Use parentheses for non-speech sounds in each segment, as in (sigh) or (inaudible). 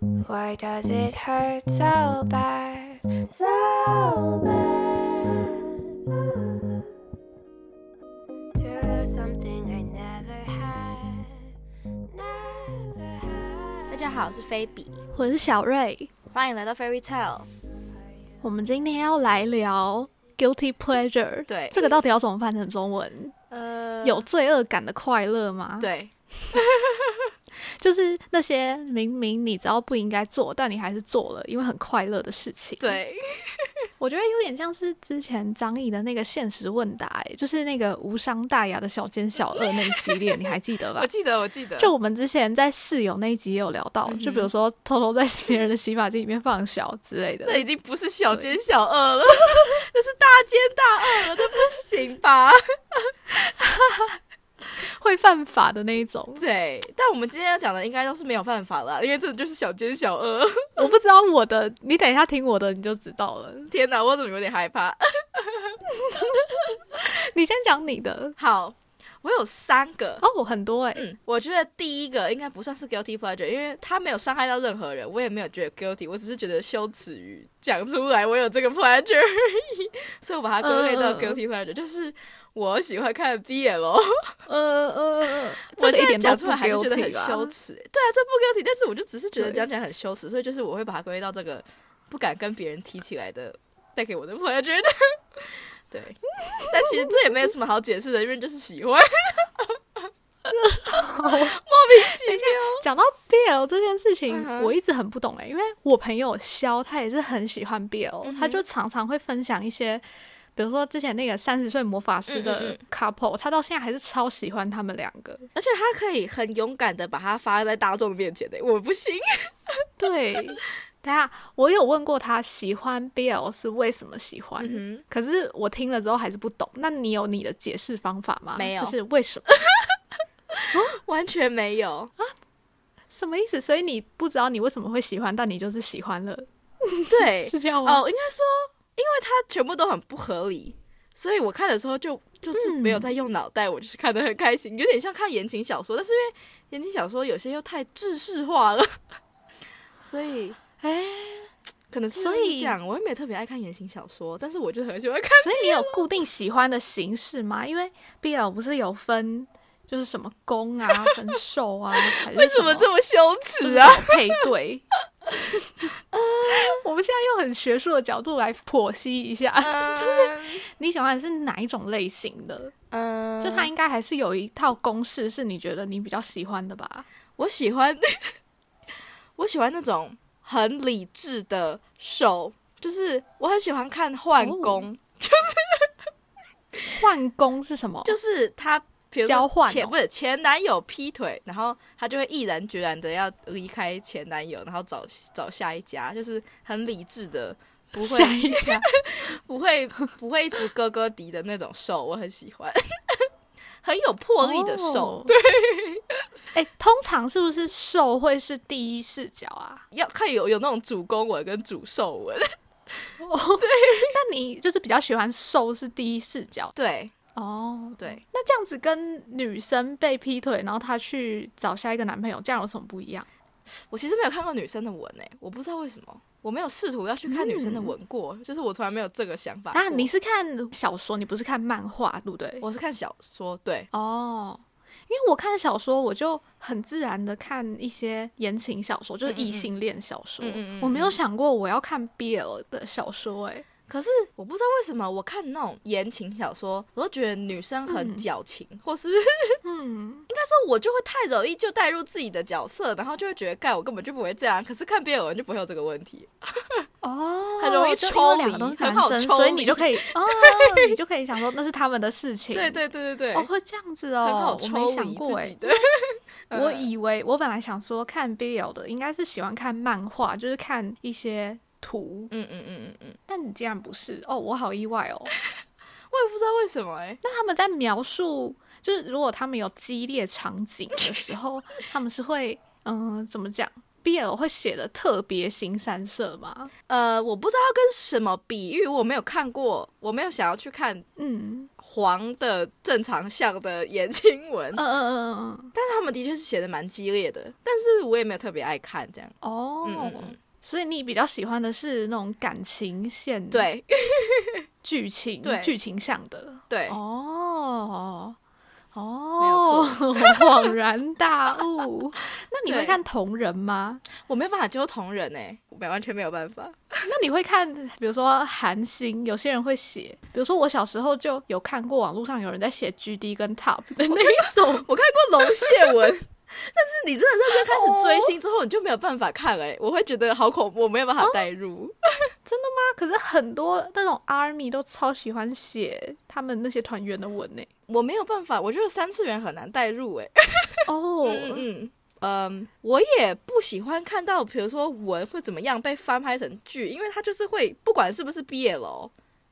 Why does it hurt so bad? So bad. To lose something I never had. Never 大 had. 家好，我是菲比，我是小瑞，欢迎来到 Fairy Tale。我们今天要来聊 guilty pleasure。对这个到底要怎么翻成中文？呃有罪恶感的快乐吗？，对就是那些明明你知道不应该做，但你还是做了，因为很快乐的事情。，对，我觉得有点像是之前张译的那个现实问答、欸，就是那个无伤大雅的小奸小恶那一系列，你还记得吧 (laughs) 我？记得我记得，就我们之前在室友那一集也有聊到，嗯就比如说偷偷在别人的洗发精里面放小之类的，那已经不是小奸小恶了，那是大奸大恶了，这不行吧？会犯法的那一种。对，但我们今天要讲的应该都是没有办法了，因为这就是小奸小恶。 (laughs) (laughs) 我不知道我的，你等一下听我的你就知道了。天哪，我怎么有点害怕？你先讲你的好，我有三个。哦，很多哎、嗯，我觉得第一个应该不算是 guilty pleasure，因为他没有伤害到任何人，我也没有觉得 guilty，我只是觉得羞耻于讲出来我有这个 pleasure 而已， (laughs) 所以我把它归类到嗯嗯嗯 guilty pleasure，、就是我喜欢看 BL，呃呃呃，我这个一现在点都讲出不来还是觉得很 guilty 羞吧？耻，对啊，这不 guilty，但是我就只是觉得对讲起来很羞耻，所以就是我会把它归类到这个不敢跟别人提起来的带给我的 pleasure，对，但其实这也没有什么好解释的，因为就是喜欢，莫名其妙。讲到 BL 这件事情嗯哼我一直很不懂哎、因为我朋友肖他也是很喜欢 BL，、嗯哼他就常常会分享一些，比如说之前那个三十岁魔法师嗯嗯的 couple，、他到现在还是超喜欢他们两 (laughs) 个。而且他可以很勇敢的把它发在大众面前的，我不行。对，等一下我有问过他喜欢 BL 是为什么喜欢，嗯可是我听了之后还是不懂。那你有你的解释方法吗？没有就是为什么？ (laughs) 哼，完全没有。什么意思？所以你不知道你为什么会喜欢，但你就是喜欢了，对，是这样吗？哦，应该说，因为它全部都很不合理，所以我看的时候就就是没有在用脑袋，我就是看得很开心，有点像看言情小说，但是因为言情小说有些又太制式化了， (laughs) 所以哎、可能是所以这样。我也没有特别爱看言情小说，但是我就很喜欢看。所以你有固定喜欢的形式吗？因为 BL 不是有分，就是什么 (laughs) 攻啊、分兽啊，还是为什么么这么羞就是耻什啊？么配 (laughs) 对？我们现在用很学术的角度来剖析一下，你喜欢的是哪一种类型的？嗯就它应该还是有一套公式，是你觉得你比较喜欢的吧？我喜欢， (laughs) 我喜欢那种很理智的手，就是我很喜欢看换哦工，换攻是什么？就是他比如说交换哦前不是前男友劈腿，然后他就会毅然决然的要离开前男友，然后找找下一家，就是很理智的，不会下一 (laughs) 家。不会不会一直咯咯滴的那种手，我很喜欢， (laughs) 很有魄力的手。对。哦 (laughs) 哎、通常是不是受会是第一视角啊？要看有有那种主攻文跟主受文，哦那你就是比较喜欢受是第一视角对哦。对，那这样子跟女生被劈腿，然后她去找下一个男朋友，这样有什么不一样？啊我其实没有看过女生的文诶、我不知道为什么，我没有试图要去看女生的文过，就是我从来没有这个想法过。嗯那你是看小说，你不是看漫画，对不对？我是看小说，对，哦。因为我看小说，我就很自然的看一些言情小说，就嗯是嗯嗯异性恋小说。嗯嗯嗯我没有想过我要看 BL 的小说、哎，可是我不知道为什么，我看那种言情小说，我都觉得女生很矫情，或是应嗯，该说，我就会太容易就带入自己的角色，然后就会觉得，干我根本就不会这样。可是看别人就不会有这个问题，哦，很容易就因为抽两离个都是很男好生，抽所以你离就 (laughs) 可以，哦，你就可以想说那是他们的事情。对对对对对，哦，会这样子很好哦，我抽没想离过自己哎。的。我嗯以为我本来想说看 BL 的应该是喜欢看漫画，就是看一些图，嗯嗯嗯嗯嗯，但你竟然不是哦，我好意外哦。我也不知道为什么哎、那他们在描述，就是如果他们有激烈场景的时候，他们是会嗯、怎么讲？ BL 会写的特别新三社吗？呃，我不知道要跟什么比喻，我没有看过，我没有想要去看嗯黄的正常向的言情文，嗯嗯嗯嗯嗯，但是他们的确是写的蛮激烈的，但是我也没有特别爱看这样。哦。嗯嗯嗯所以你比较喜欢的是那种感情线、对剧情、对剧情向的对，哦哦，有错， (laughs) 恍然大 (laughs) 悟。那你对会看同人吗？我没有办法揪同人哎、我没完全没有办 (laughs) 法。那你会看，比如说韩星，有些人会写，比如说我小时候就有看过网络上有人在写 GD 跟 Top 的那一种，我看过龙蟹 (laughs) 文，但是你真的认真开始追星之后，你就没有办法看了、欸，我会觉得好恐怖，我没有办法代入。可是很多那种 ARMY 都超喜欢写他们那些团员的文呢。我没有办法，我觉得三次元很难代入、欸， (laughs) 哦，嗯嗯，我也不喜欢看到，比如说文会怎么样被翻拍成剧，因为它就是会，不管是不是 BL，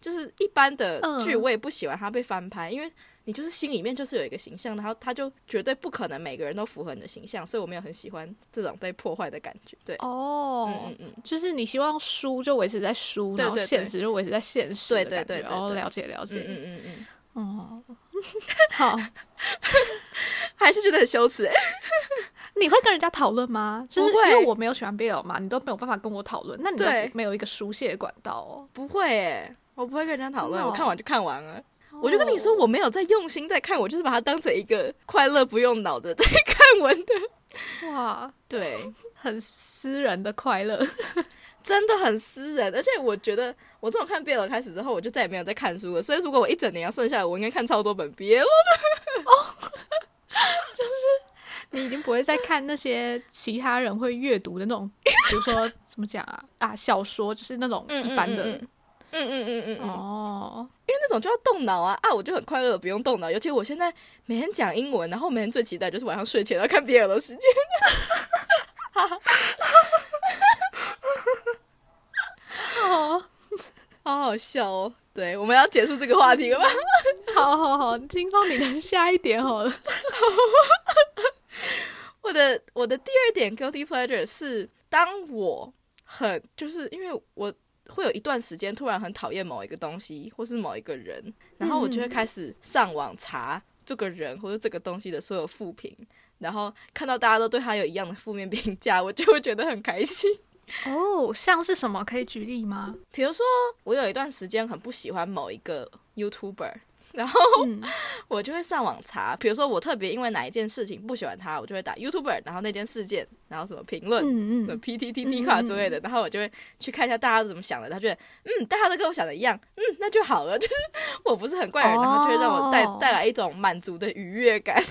就是哦一般的剧，嗯我也不喜欢它被翻拍，因为你就是心里面就是有一个形象，然后它就绝对不可能每个人都符合你的形象，所以我没有很喜欢这种被破坏的感觉。对，哦，嗯嗯嗯，就是你希望书就维持在书，对然后对对现实就维持在现实对对的感觉，对对哦，对了解了嗯嗯解，嗯嗯，嗯， (laughs) 好，还是觉得很羞耻、欸。你会跟人家讨论吗？就是不因会为我没有喜欢 BL 嘛，你都没有办法跟我讨论，那你就对没有一个书写的管道哦。不会、欸，我不会跟人家讨论，真的哦我看完就看完了。我就跟你说，我没有在用心在看，我就是把它当成一个快乐不用脑的在看文的。哇，对，很私人的快乐。 (laughs) 真的很私人，而且我觉得我这种看 BL 开始之后，我就再也没有在看书了。所以如果我一整年要算下来，我应该看超多本 BL 了。你已经不会再看那些其他人会阅读的那种，比如说怎么讲啊啊小说，就是那种一般的、嗯嗯嗯嗯嗯嗯，哦。因为那种就要动脑啊啊！我就很快乐，不用动脑。尤其我现在每天讲英文，然后每天最期待就是晚上睡前要看 BL 的时 (laughs) 间。哦，好好笑哦！对，我们要结束这个话题了吗？好好好，金凤，(laughs) 你的下一点好了。我的我的第二点 guilty pleasure 是，当我很就是因为我会有一段时间突然很讨厌某一个东西或是某一个人，然后我就会开始上网查这个人或者这个东西的所有负评，然后看到大家都对他有一样的负面评价，我就会觉得很开心。 (laughs) 哦，像是什么可以举例吗？比如说，我有一段时间很不喜欢某一个 YouTuber，然后嗯，我就会上网查，比如说我特别因为哪一件事情不喜欢他，我就会打 YouTuber，然后那件事件，然后什么评论，嗯什么嗯， PTT、D 卡之类的，然后我就会去看一下大家都怎么想的，他觉得嗯，大家都跟我想的一样，嗯，那就好了，就是 (laughs) 我不是很怪人，哦然后就会让我带带来一种满足的愉悦感。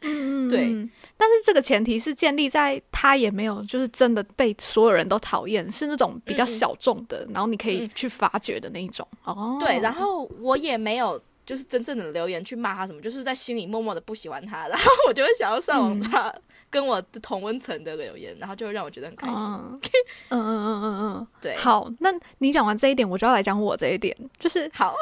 嗯嗯，对嗯。但是这个前提是建立在他也没有就是真的被所有人都讨厌，是那种比较嗯嗯小众的，然后你可以嗯去发掘的那一种。哦， (laughs) 对，然后我也没有。就是真正的留言去骂他什么，就是在心里默默的不喜欢他，然后我就会想要上嗯网查跟我同温层的留言，然后就会让我觉得很开心。嗯嗯嗯嗯嗯嗯。对，好，那你讲完这一点，我就要来讲我这一点，就是好，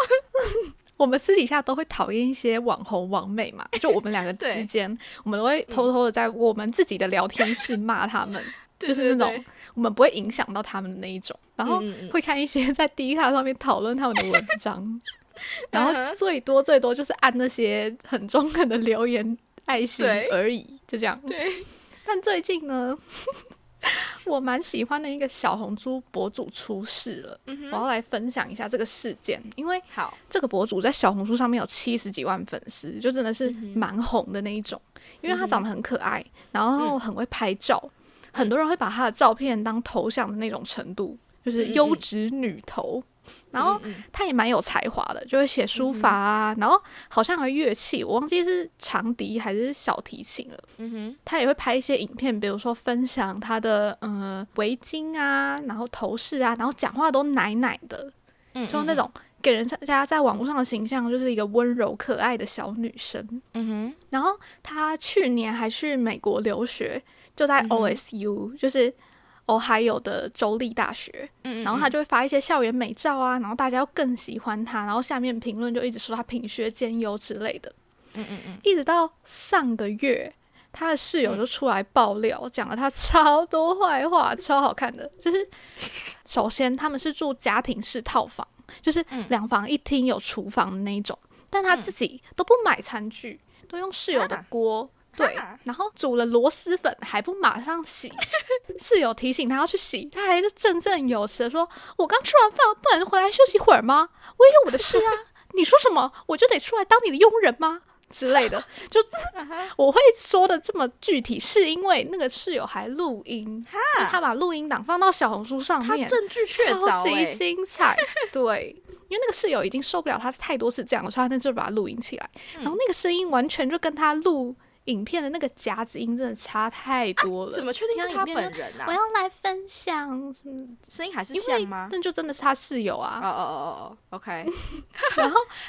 (laughs) 我们私底下都会讨厌一些网红网 (laughs) 美嘛，就我们两个对之间，我们都会偷偷的在我们自己的聊天室骂他们，就是 (laughs) 那对种我们不会影响到他们的那一种，然后嗯嗯嗯会看一些在 D 卡上面讨论他们的文 (laughs) 章，然嗯哼后最多最多就是按那些很中肯的留言爱心对而已，就这样。对，但最近呢， (laughs) 我蛮喜欢的一个小红书博主出事了，嗯哼我要来分享一下这个事件，因为好，这个博主在小红书上面有七十几万粉丝，就真的是蛮红的那一种。因为他长得很可爱，然后很会拍照，很多人会把他的照片当头像的那种程度，就是优质女头。然后嗯嗯他也蛮有才华的，就会写书法啊，然后好像还有乐器，我忘记是长笛还是小提琴了。嗯哼，他也会拍一些影片，比如说分享他的呃围巾啊，然后头饰啊，然后讲话都奶奶的，嗯就那，种给人家在网络上的形象就是一个温柔可爱的小女生。嗯哼，然后她去年还去美国留学，就在嗯哼 OSU，、就是 Ohio 的州立大学。嗯，然后她就会发一些校园美照啊，然后大家又更喜欢她，然后下面评论就一直说她品学兼优之类的。嗯嗯嗯，一直到上个月，他的室友嗯就出来爆料，讲了他超多坏话，超好看的。就是首先他们是住家庭式套房，就是嗯两房一厅有厨房的那一种，但他自己都不买餐具，都用室友的啊锅。对啊，然后煮了螺蛳粉还不马上洗， (laughs) 室友提醒他要去洗，他还是振振有词的说：“我刚吃完饭，不能回来休息会儿吗？我也有我的事啊！ (laughs) 你说什么，我就得出来当你的佣人吗？”之类 (laughs) 的，就嗯我会说的这么具体，是因为那个室友还录音，他把录音档放到小红书上他面，证据确超凿、级欸， (laughs) 精彩。对，因为那个室友已经受不了他太多次这样了，所以他那就把它录音起来。然嗯后那个声音完全就跟他录影片的那个夹子音真的差太多了。啊怎么确定是他本人我啊？要来分享什么？声音还是因像为吗？那就真的是他室友哦啊。哦哦哦哦，OK， (laughs)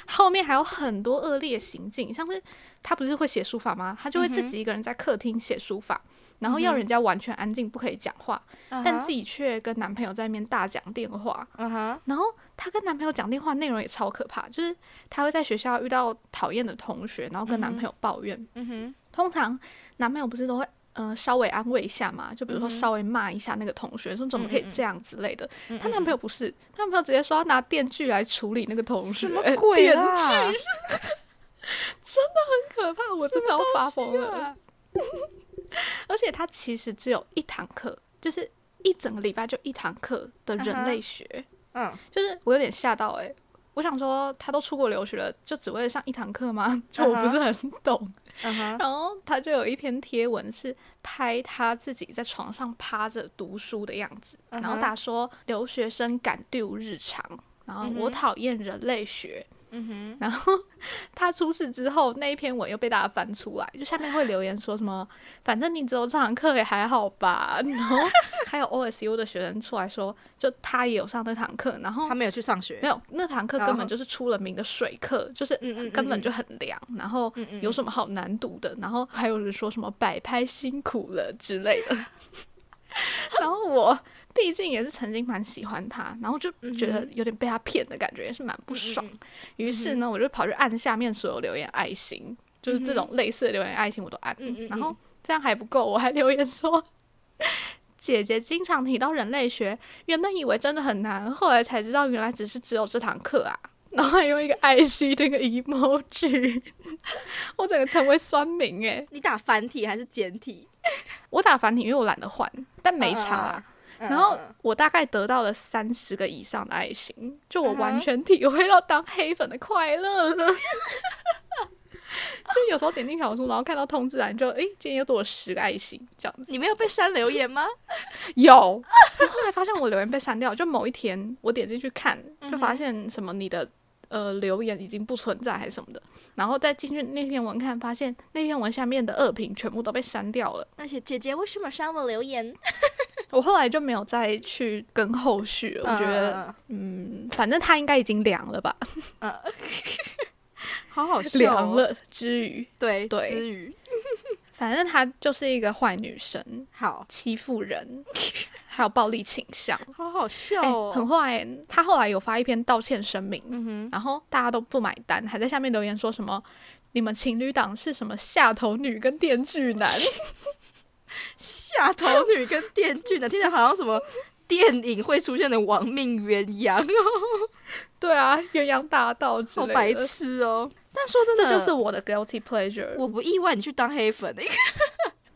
后面还有很多恶劣行径，像是他不是会写书法吗？他就嗯会自己一个人在客厅写书法，然后要人家完全安静，不可以讲话，但自己，己却跟男朋友在那边大讲电话。嗯哼，然后她跟男朋友讲电话内容也超可怕，就是她会在学校遇到讨厌的同学，然后跟男朋友抱怨。嗯哼，通常男朋友不是都会嗯、呃稍微安慰一下嘛，就比如说嗯哼稍微骂一下那个同学，说怎么可以嗯嗯嗯这样之类的。嗯她男朋友不是，她男朋友直接说要拿电锯来处理那个同学，什哎么鬼啊电锯啦？可怕，我真的要发疯了。啊而且他其实只有一堂课，就是一整个礼拜就一堂课的人类学。嗯，就是我有点吓到哎、我想说他都出国留学了，就只为了上一堂课吗？ (laughs) 就我不是很懂。嗯哼，然后他就有一篇贴文是拍他自己在床上趴着读书的样子，嗯哼然后打说留学生敢 do 日常，然后嗯哼我讨厌人类学。 (laughs) 嗯哼，然后他出事之后，那一篇文又被大家翻出来，就下面会留言说什么，反正你只有这堂课也还好吧。然后还有 OSU 的学生出来说，就他也有上那堂课，然后他没有去上学哦没，有那堂课根然后本就是出了名的水课，就是嗯嗯嗯嗯根本就很凉，然后嗯嗯，有什么好难读的？然后还有人说什么摆拍辛苦了之类的。 (laughs) 然后我毕竟也是曾经蛮喜欢他，然后就觉嗯得有点被他骗的感觉，也是蛮不爽。于是嗯呢，我就跑去按下面所有留言爱心，就是这种类似的留言爱心我都按。嗯嗯嗯然后这样还不够，我还留言说。姐姐经常提到人类学，原本以为真的很难，后来才知道原来只是只有这堂课啊。然后还用一个爱心那个 emoji，我整个成为酸民诶、你打繁体还是简体？我打繁体，因为我懒得换，但没差啊、嗯然后嗯我大概得到了三十个以上的爱心，就我嗯完哼全体会到当黑粉的快乐了。 (laughs) 就有时候点进小红书，然后看到通知栏，就诶，今天又多了十个爱心这样子。你没有被删留言 (laughs) 吗？有，我后来发现我留言被删掉，就某一天我点进去看，嗯就哼发现什么你的呃留言已经不存在还是什么的，然后再进去那篇文看，发现那篇文下面的恶评全部都被删掉了。而且姐姐为什么删我留言？我后来就没有再去跟后续了，我觉得。嗯，反正他应该已经凉 (laughs) 了吧？嗯， (laughs) 嗯嗯好好笑、哦，凉， (laughs) 了之余，对对之余反正她就是一个坏女生，好，欺 (laughs) 负人，还有暴力倾向。好好笑哎、哦，很坏、她后来有发一篇道歉声明，嗯哼，然后大家都不买单，还在下面留言说什么“你们情侣档是什么下头女跟电锯男 (laughs) (laughs) 下头女跟电锯男，听起来好像什么电影会出现的亡命鸳鸯哦，”？对啊，鸳鸯大道之好类的。白痴哦。但说真的， (laughs) 这就是我的 guilty pleasure。我不意外你去当黑粉、欸，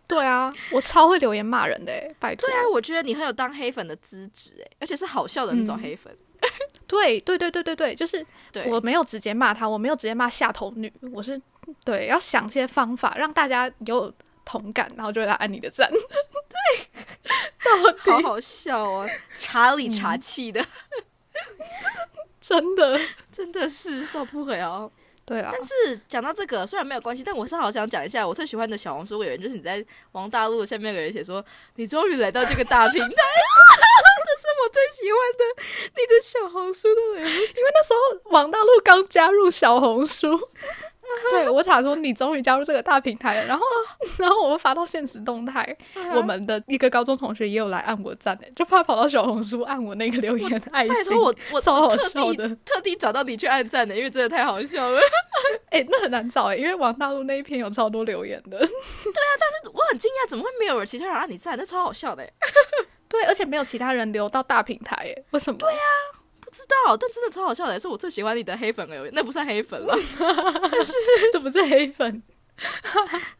对啊，我超会留言骂人的、哎，拜托。 (laughs) 对啊，我觉得你很有当黑粉的资质、欸，而且是好笑的那种黑粉。对对对对对对，就是对，我没有直接骂她，我没有直接骂下头女，我是对要想些方法让大家有同感，然后就会来按你的赞。 (laughs) 好好笑 (laughs) 哦，茶里茶气的， (laughs) 真的，真的是受不了。对啊啦，但是讲到这个，虽然没有关系，但我是好想讲一下我最喜欢的小红书留言，就是你在王大陆下面有人写说：“你终于来到这个大平台了。” (laughs) 这是我最喜欢的你的小红书的留言，那时候王大陆刚加入小红书， (laughs) 对我想说你终于加入这个大平台了，然后 (laughs) 然后我发到现实动态，我们的一个高中同学也有来按我赞诶、就怕跑到小红书按我那个留 (laughs) 言爱心，拜托我我超好我笑特的地特地找到你去按赞的，因为真的太好笑了。哎、那很难找诶、因为王大陆那一篇有超多留言 (laughs) 的，我很惊讶，怎么会没有人其他人按你赞？那超好笑的欸，对，而且没有其他人留到大平台诶、为什么？对呀、不知道，但真的超好笑的，是我最喜欢你的黑粉了，那不算黑粉了， (laughs) 怎么是黑粉？ (laughs)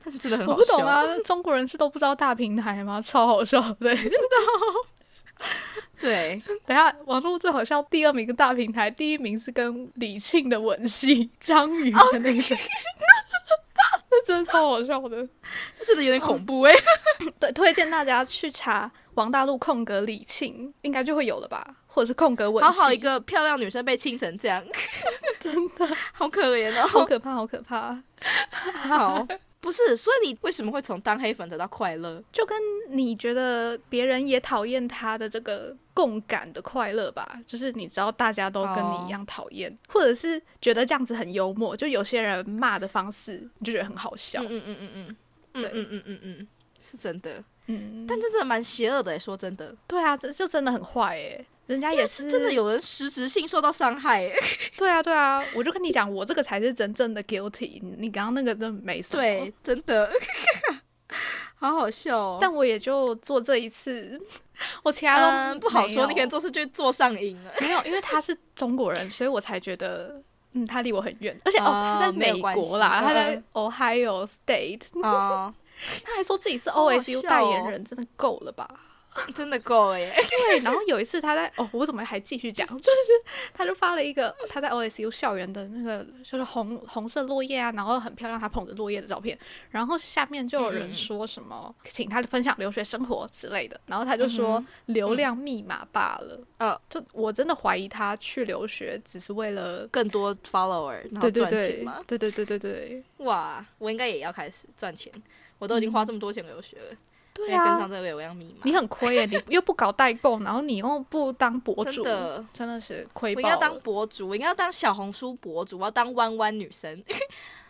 但是真的很我好不笑。懂啊，中国人是都不知道大平台吗？ (laughs) 超 (laughs) 好笑的、对，等一下，网络最好笑第二名跟大平台，第一名是跟李沁的吻戏， (laughs) 章鱼哦的那个，那 (laughs) 真的超好笑的。真的有点 (laughs) 恐怖 (laughs) 哎、对，推荐大家去查王大陆空格李沁，应该就会有了吧，或者是空格吻戏。好好一，个漂亮女生被亲成这 (laughs) 样，真的好可怜哦。好可怕，好可怕。好，不是，所以你为什么会从当黑粉得到快乐？就跟你觉得别人也讨厌他的这个共感的快乐吧，就是你知道大家都跟你一样讨厌，或者是觉得这样子很幽默，就有些人骂的方式你就觉得很好笑嗯。嗯嗯嗯嗯，嗯对嗯嗯嗯嗯，是真的，嗯，但这真的蛮邪恶的哎、说真的，对啊，这就真的很坏诶、人家也是真的有人实质性受到伤害哎、对啊对啊，我就跟你讲，我这个才是真正的 guilty，你你刚刚那个真的没什么。对，真的， (laughs) 好好笑哦。但我也就做这一次， (laughs) 我其他都、嗯，不好说，你可能做事就做上瘾了。没有，因为他是中国人，所以我才觉得。嗯，他离我很远，而且哦，哦他在没有美关系国啦，他在嗯 Ohio State，啊、他还说自己是好好 OSU 笑代言哦人，真的够了吧？真的够哎、对，然后有一次他在哦，我怎么还继续讲？ (laughs) 就是他就发了一个他在 OSU 校园的那个就是红红色落叶啊，然后很漂亮，他捧着落叶的照片，然后下面就有嗯人说什么、请他分享留学生活之类的，然后他就说、嗯流量密码罢了。呃，就我真的怀疑他去留学只是为了。更多 follower，然后对对赚对钱吗？，对对对 (laughs) 对对，哇，我应该也要开始赚钱，我都已经花这么多钱留学了，对还跟啊上，这个流量密码，你很亏耶，你又不搞代购，然后你又不当博真主，的。真的是亏我爆应该要当了博主，我应该要当小红书博主，我要当弯弯女生， (laughs)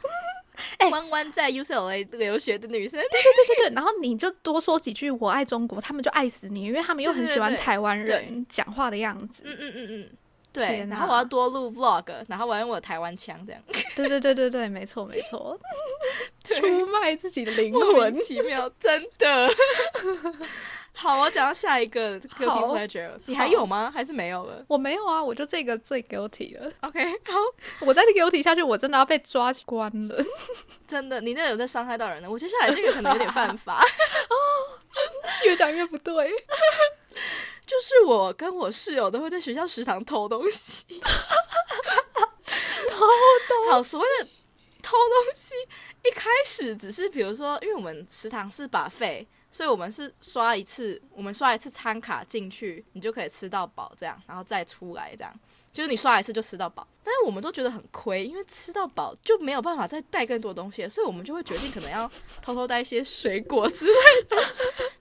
哎弯弯在 UCLA 留学的女生， (laughs) 对，然后你就多说几句“我爱中国”，他们就爱死你，因为他们又很喜欢对对对台湾人对讲话的样子。嗯嗯嗯嗯，对天。哪然后我要多录 vlog，然后我要用我的台湾腔 (laughs) 这样，对对对对对，没错没 (laughs) 错，对出卖自己的灵莫魂名。其妙，真 (laughs) 的。好，我讲到下一个 guilty 好 pleasure，你还有吗？还是没有了我没有啊，我就这个最 guilty 了。 ？OK，好，我再 guilty 下去，我真的要被抓关 (laughs) 了。真的，你那有在伤害到人呢。我接下来这个可能有点犯法，越讲越不对，就是我跟我室友都会在学校食堂偷东西，偷东好，所谓的偷东西，一开始只是比如说，因为我们食堂是把费，所以我们是刷一次，我们刷一次餐卡进去，你就可以吃到饱这样，然后再出来这样。就是你刷一次就吃到饱，但是我们都觉得很亏，因为吃到饱就没有办法再带更多东西了，所以我们就会决定可能要偷偷带一些水果之类的。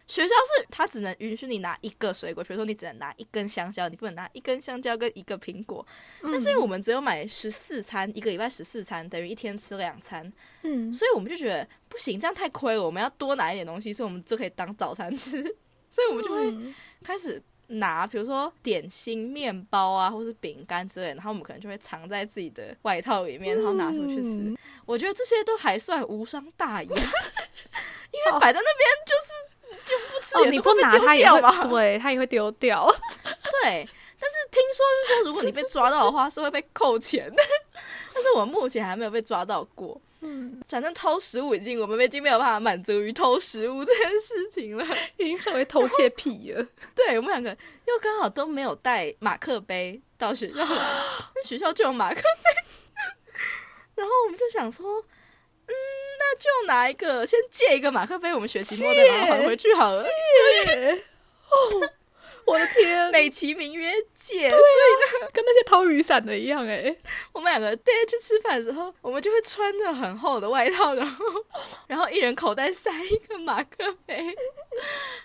学校是它只能允许你拿一个水果，比如说你只能拿一根香蕉，你不能拿一根香蕉跟一个苹果。但是因为我们只有买十四餐，一个礼拜十四餐，等于一天吃两餐，嗯，所以我们就觉得不行，这样太亏了，我们要多拿一点东西，所以我们就可以当早餐吃，所以我们就会嗯开始拿，比如说点心、面包啊，或是饼干之类的，然后我们可能就会藏在自己的外套里面，然后拿出去吃。嗯我觉得这些都还算无伤大雅，因为摆在那边就是就哦，不吃也你是不被拿丢它也掉吧？会，对，它也会丢掉。 (laughs) 对，但是听说是说，如果你被抓到的话，是会被扣钱。 (laughs) 但是我目前还没有被抓到过。嗯，反正偷食物已经，我们已经没有办法满足于偷食物这件事情了。 (laughs) 已经成为偷窃癖了。对我们两个又刚好都没有带马克杯到学校来，那学校就有马克杯。 (laughs) 然后我们就想说，嗯，那就拿一个，先借一个马克杯，我们学期末再把它还回去好了。耶 (laughs) 哦，我的天，美其名曰借，所以跟那些偷雨伞的一样哎、我们两个带去吃饭的时候，我们就会穿着很厚的外套，然后然后一人口袋塞一个马克杯，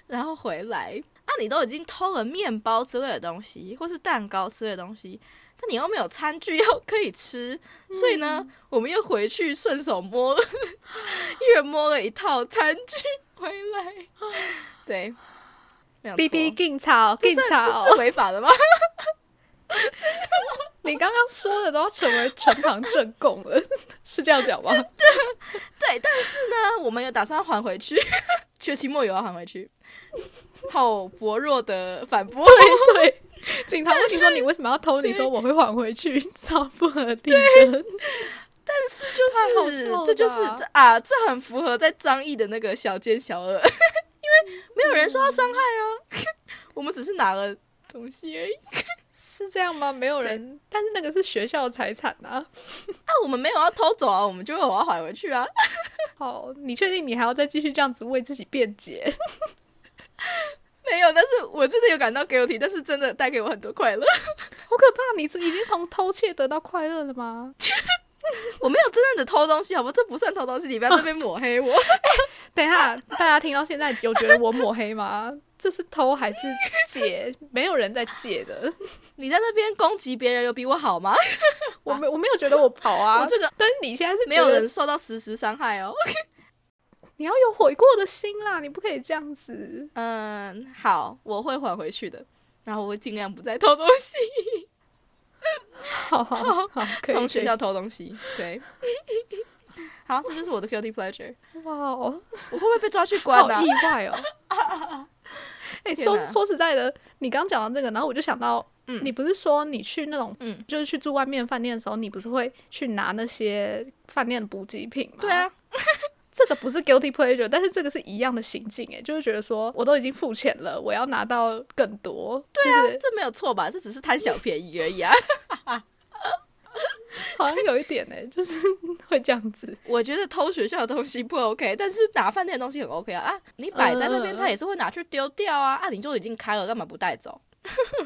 然后回来。啊，你都已经偷了面包之类的东西，或是蛋糕之类的东西，但你又没有餐具要可以吃，嗯所以呢，我们又回去顺手摸了，一人摸了一套餐具回来。对，没有错 B B 哦劲草这劲算这草是，违法的吗？你刚刚说的都要成为呈堂证供了， (laughs) 是这样讲吗？对，但是呢，我们有打算还回去， (laughs) 学期末有要还回去。好薄弱的反驳，对，警察问你说你为什么要偷，你说我会还回去，超不合理的。 (laughs) 太好就笑是了吧这就是这啊，这很符合在张译的那个小奸小恶，因 (laughs) 为没有人受到伤害啊， (laughs) 我们只是拿了东西而已。是这样吗？没有人，但是那个是学校财产啊。啊，我们没有要偷走啊，我们就有要还回去啊。 (laughs) 好，你确定你还要再继续这样子为自己辩解？没有，但是我真的有感到 guilty，但是真的带给我很多快乐。 (laughs) 好可怕！你是已经从偷窃得到快乐了吗？我没有真正的偷东西，好吧，这不算偷东西，你不要这边抹黑我。 (laughs) 等一下，大家听到现在有觉得我抹黑吗？这是偷还是借？没有人在借的，你在那边攻击别人有比我好吗？我没我没有觉得我跑啊，我这个但是你现在是 (laughs) 没有觉得人受到实时伤害 (laughs) 哦。你要有悔过的心啦，你不可以这样子。嗯，好，我会还回去的。然后我会尽量不再偷东西，好好好，可以从学可以校偷东西。 (laughs) 对，好，这就是我的 guilty pleasure。哇哦， (laughs) 我会不会被抓去关啊呢、好意外哦！ (laughs) 哎、啊天说哪说实在的，你刚讲到这个，然后我就想到，嗯你不是说你去那种，嗯就是去住外面饭店的时候，你不是会去拿那些饭店的补给品吗？对，啊，这个不是 guilty pleasure，但是这个是一样的行径，哎，就是觉得说我都已经付钱了，我要拿到更多，对啊，就是、这没有错吧？这只是贪小便宜而 (laughs) 已啊。好像有一点哎，就是会这样子，我觉得偷学校的东西不 OK，但是拿饭店的东西很 OK 啊。啊，你摆在那边，嗯他也是会拿去丢掉啊。啊，你就已经开了，干嘛不带走？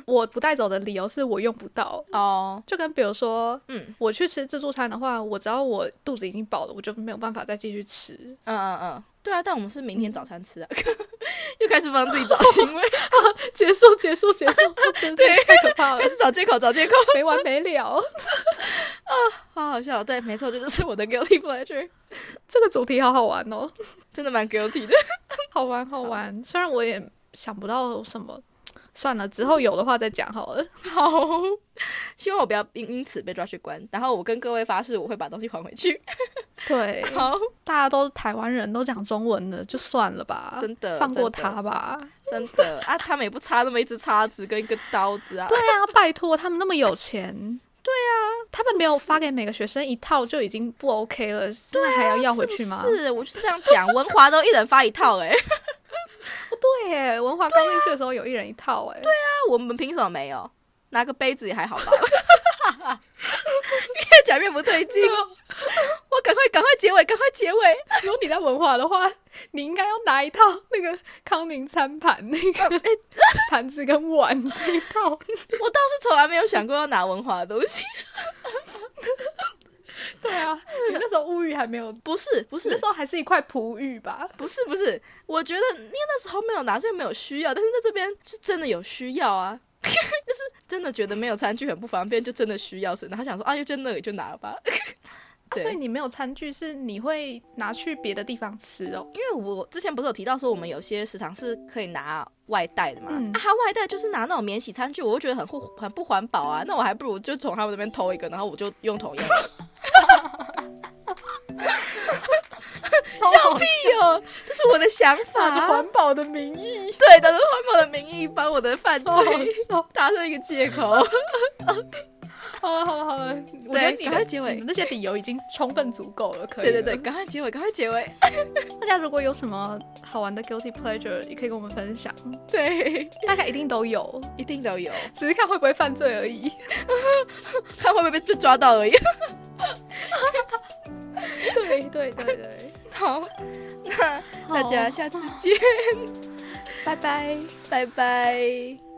我不带走的理由是我用不到，哦，就跟比如说嗯我去吃自助餐的话，我只要我肚子已经饱了，我就没有办法再继续吃。嗯嗯嗯，对啊。但我们是明天早餐吃啊， (laughs) 又开始帮自己找行 (laughs) 为， (laughs) 结束，结束， (laughs) 结束，对，太可怕了开，始找借口，找借口。没完没了。好好笑，对，没错，这就是我的 guilty pleasure， (laughs) 这个主题好好玩 (laughs) 哦，真的蛮 guilty 的。 (laughs) 好玩，好玩。虽然我也想不到什么，算了，之后有的话再讲好了。好，希望我不要因因此被抓去关。然后我跟各位发誓，我会把东西还回去。 (laughs) 对，好，大家都是台湾人都讲中文的，就算了吧，真的啊放过真的他吧。 (laughs) 真的啊，他们也不差那么一只叉子跟一个刀子啊。对啊，拜托，他们那么有钱。对啊，他们没有发给每个学生一套就已经不 OK 了，现在还要要回去吗？是不是，我就是这样讲，文华都一人发一套哎、 (laughs) 欸，不对耶，文华刚进去的时候有一人一套哎。对啊，那我们凭什么没有？拿个杯子也还好吧。 (laughs) 越讲越不对劲，我赶快赶快结尾，赶快结尾。如果你在文化的话，你应该要拿一套那个康宁餐盘，那呃个哎 (laughs) 盘子跟碗那一套，我倒是从来没有想过要拿文华的东西， (laughs) 对啊，你那时候乌鱼还没有，不是不是那时候还是一块璞玉吧？啊不是不是，我觉得因为那时候没有拿，所以没有需要，但是在这边是真的有需要啊， (laughs) 就是真的觉得没有餐具很不方便，就真的需要，所以然后想说啊，又在那里就拿吧。啊对所以你没有餐具，是你会拿去别的地方吃哦。因为我之前不是有提到说我们有些食堂是可以拿外带的嘛，嗯啊，他外带就是拿那种免洗餐具，我就觉得很不很不环保啊，那我还不如就从他们那边偷一个，然后我就用同样的。 (laughs) 笑屁哟！这是我的想法打着 (laughs) 啊，环保的名义，对，打着环保的名义把我的犯 (laughs) 好好罪笑。当成一个借口。好了好了好了，我觉得你嗯赶的快结尾你的那些理由已经充分足够了，可以。对对对，，赶快结尾，赶快结尾。大家如果有什么好玩的 guilty pleasure，也可以跟我们 (laughs) 分享，对，大概一定都有，一定都有，只是看会不会犯罪而已。看会不会被抓到而已。对对对 (laughs) 对，好，那大家好下次见，拜拜。拜拜。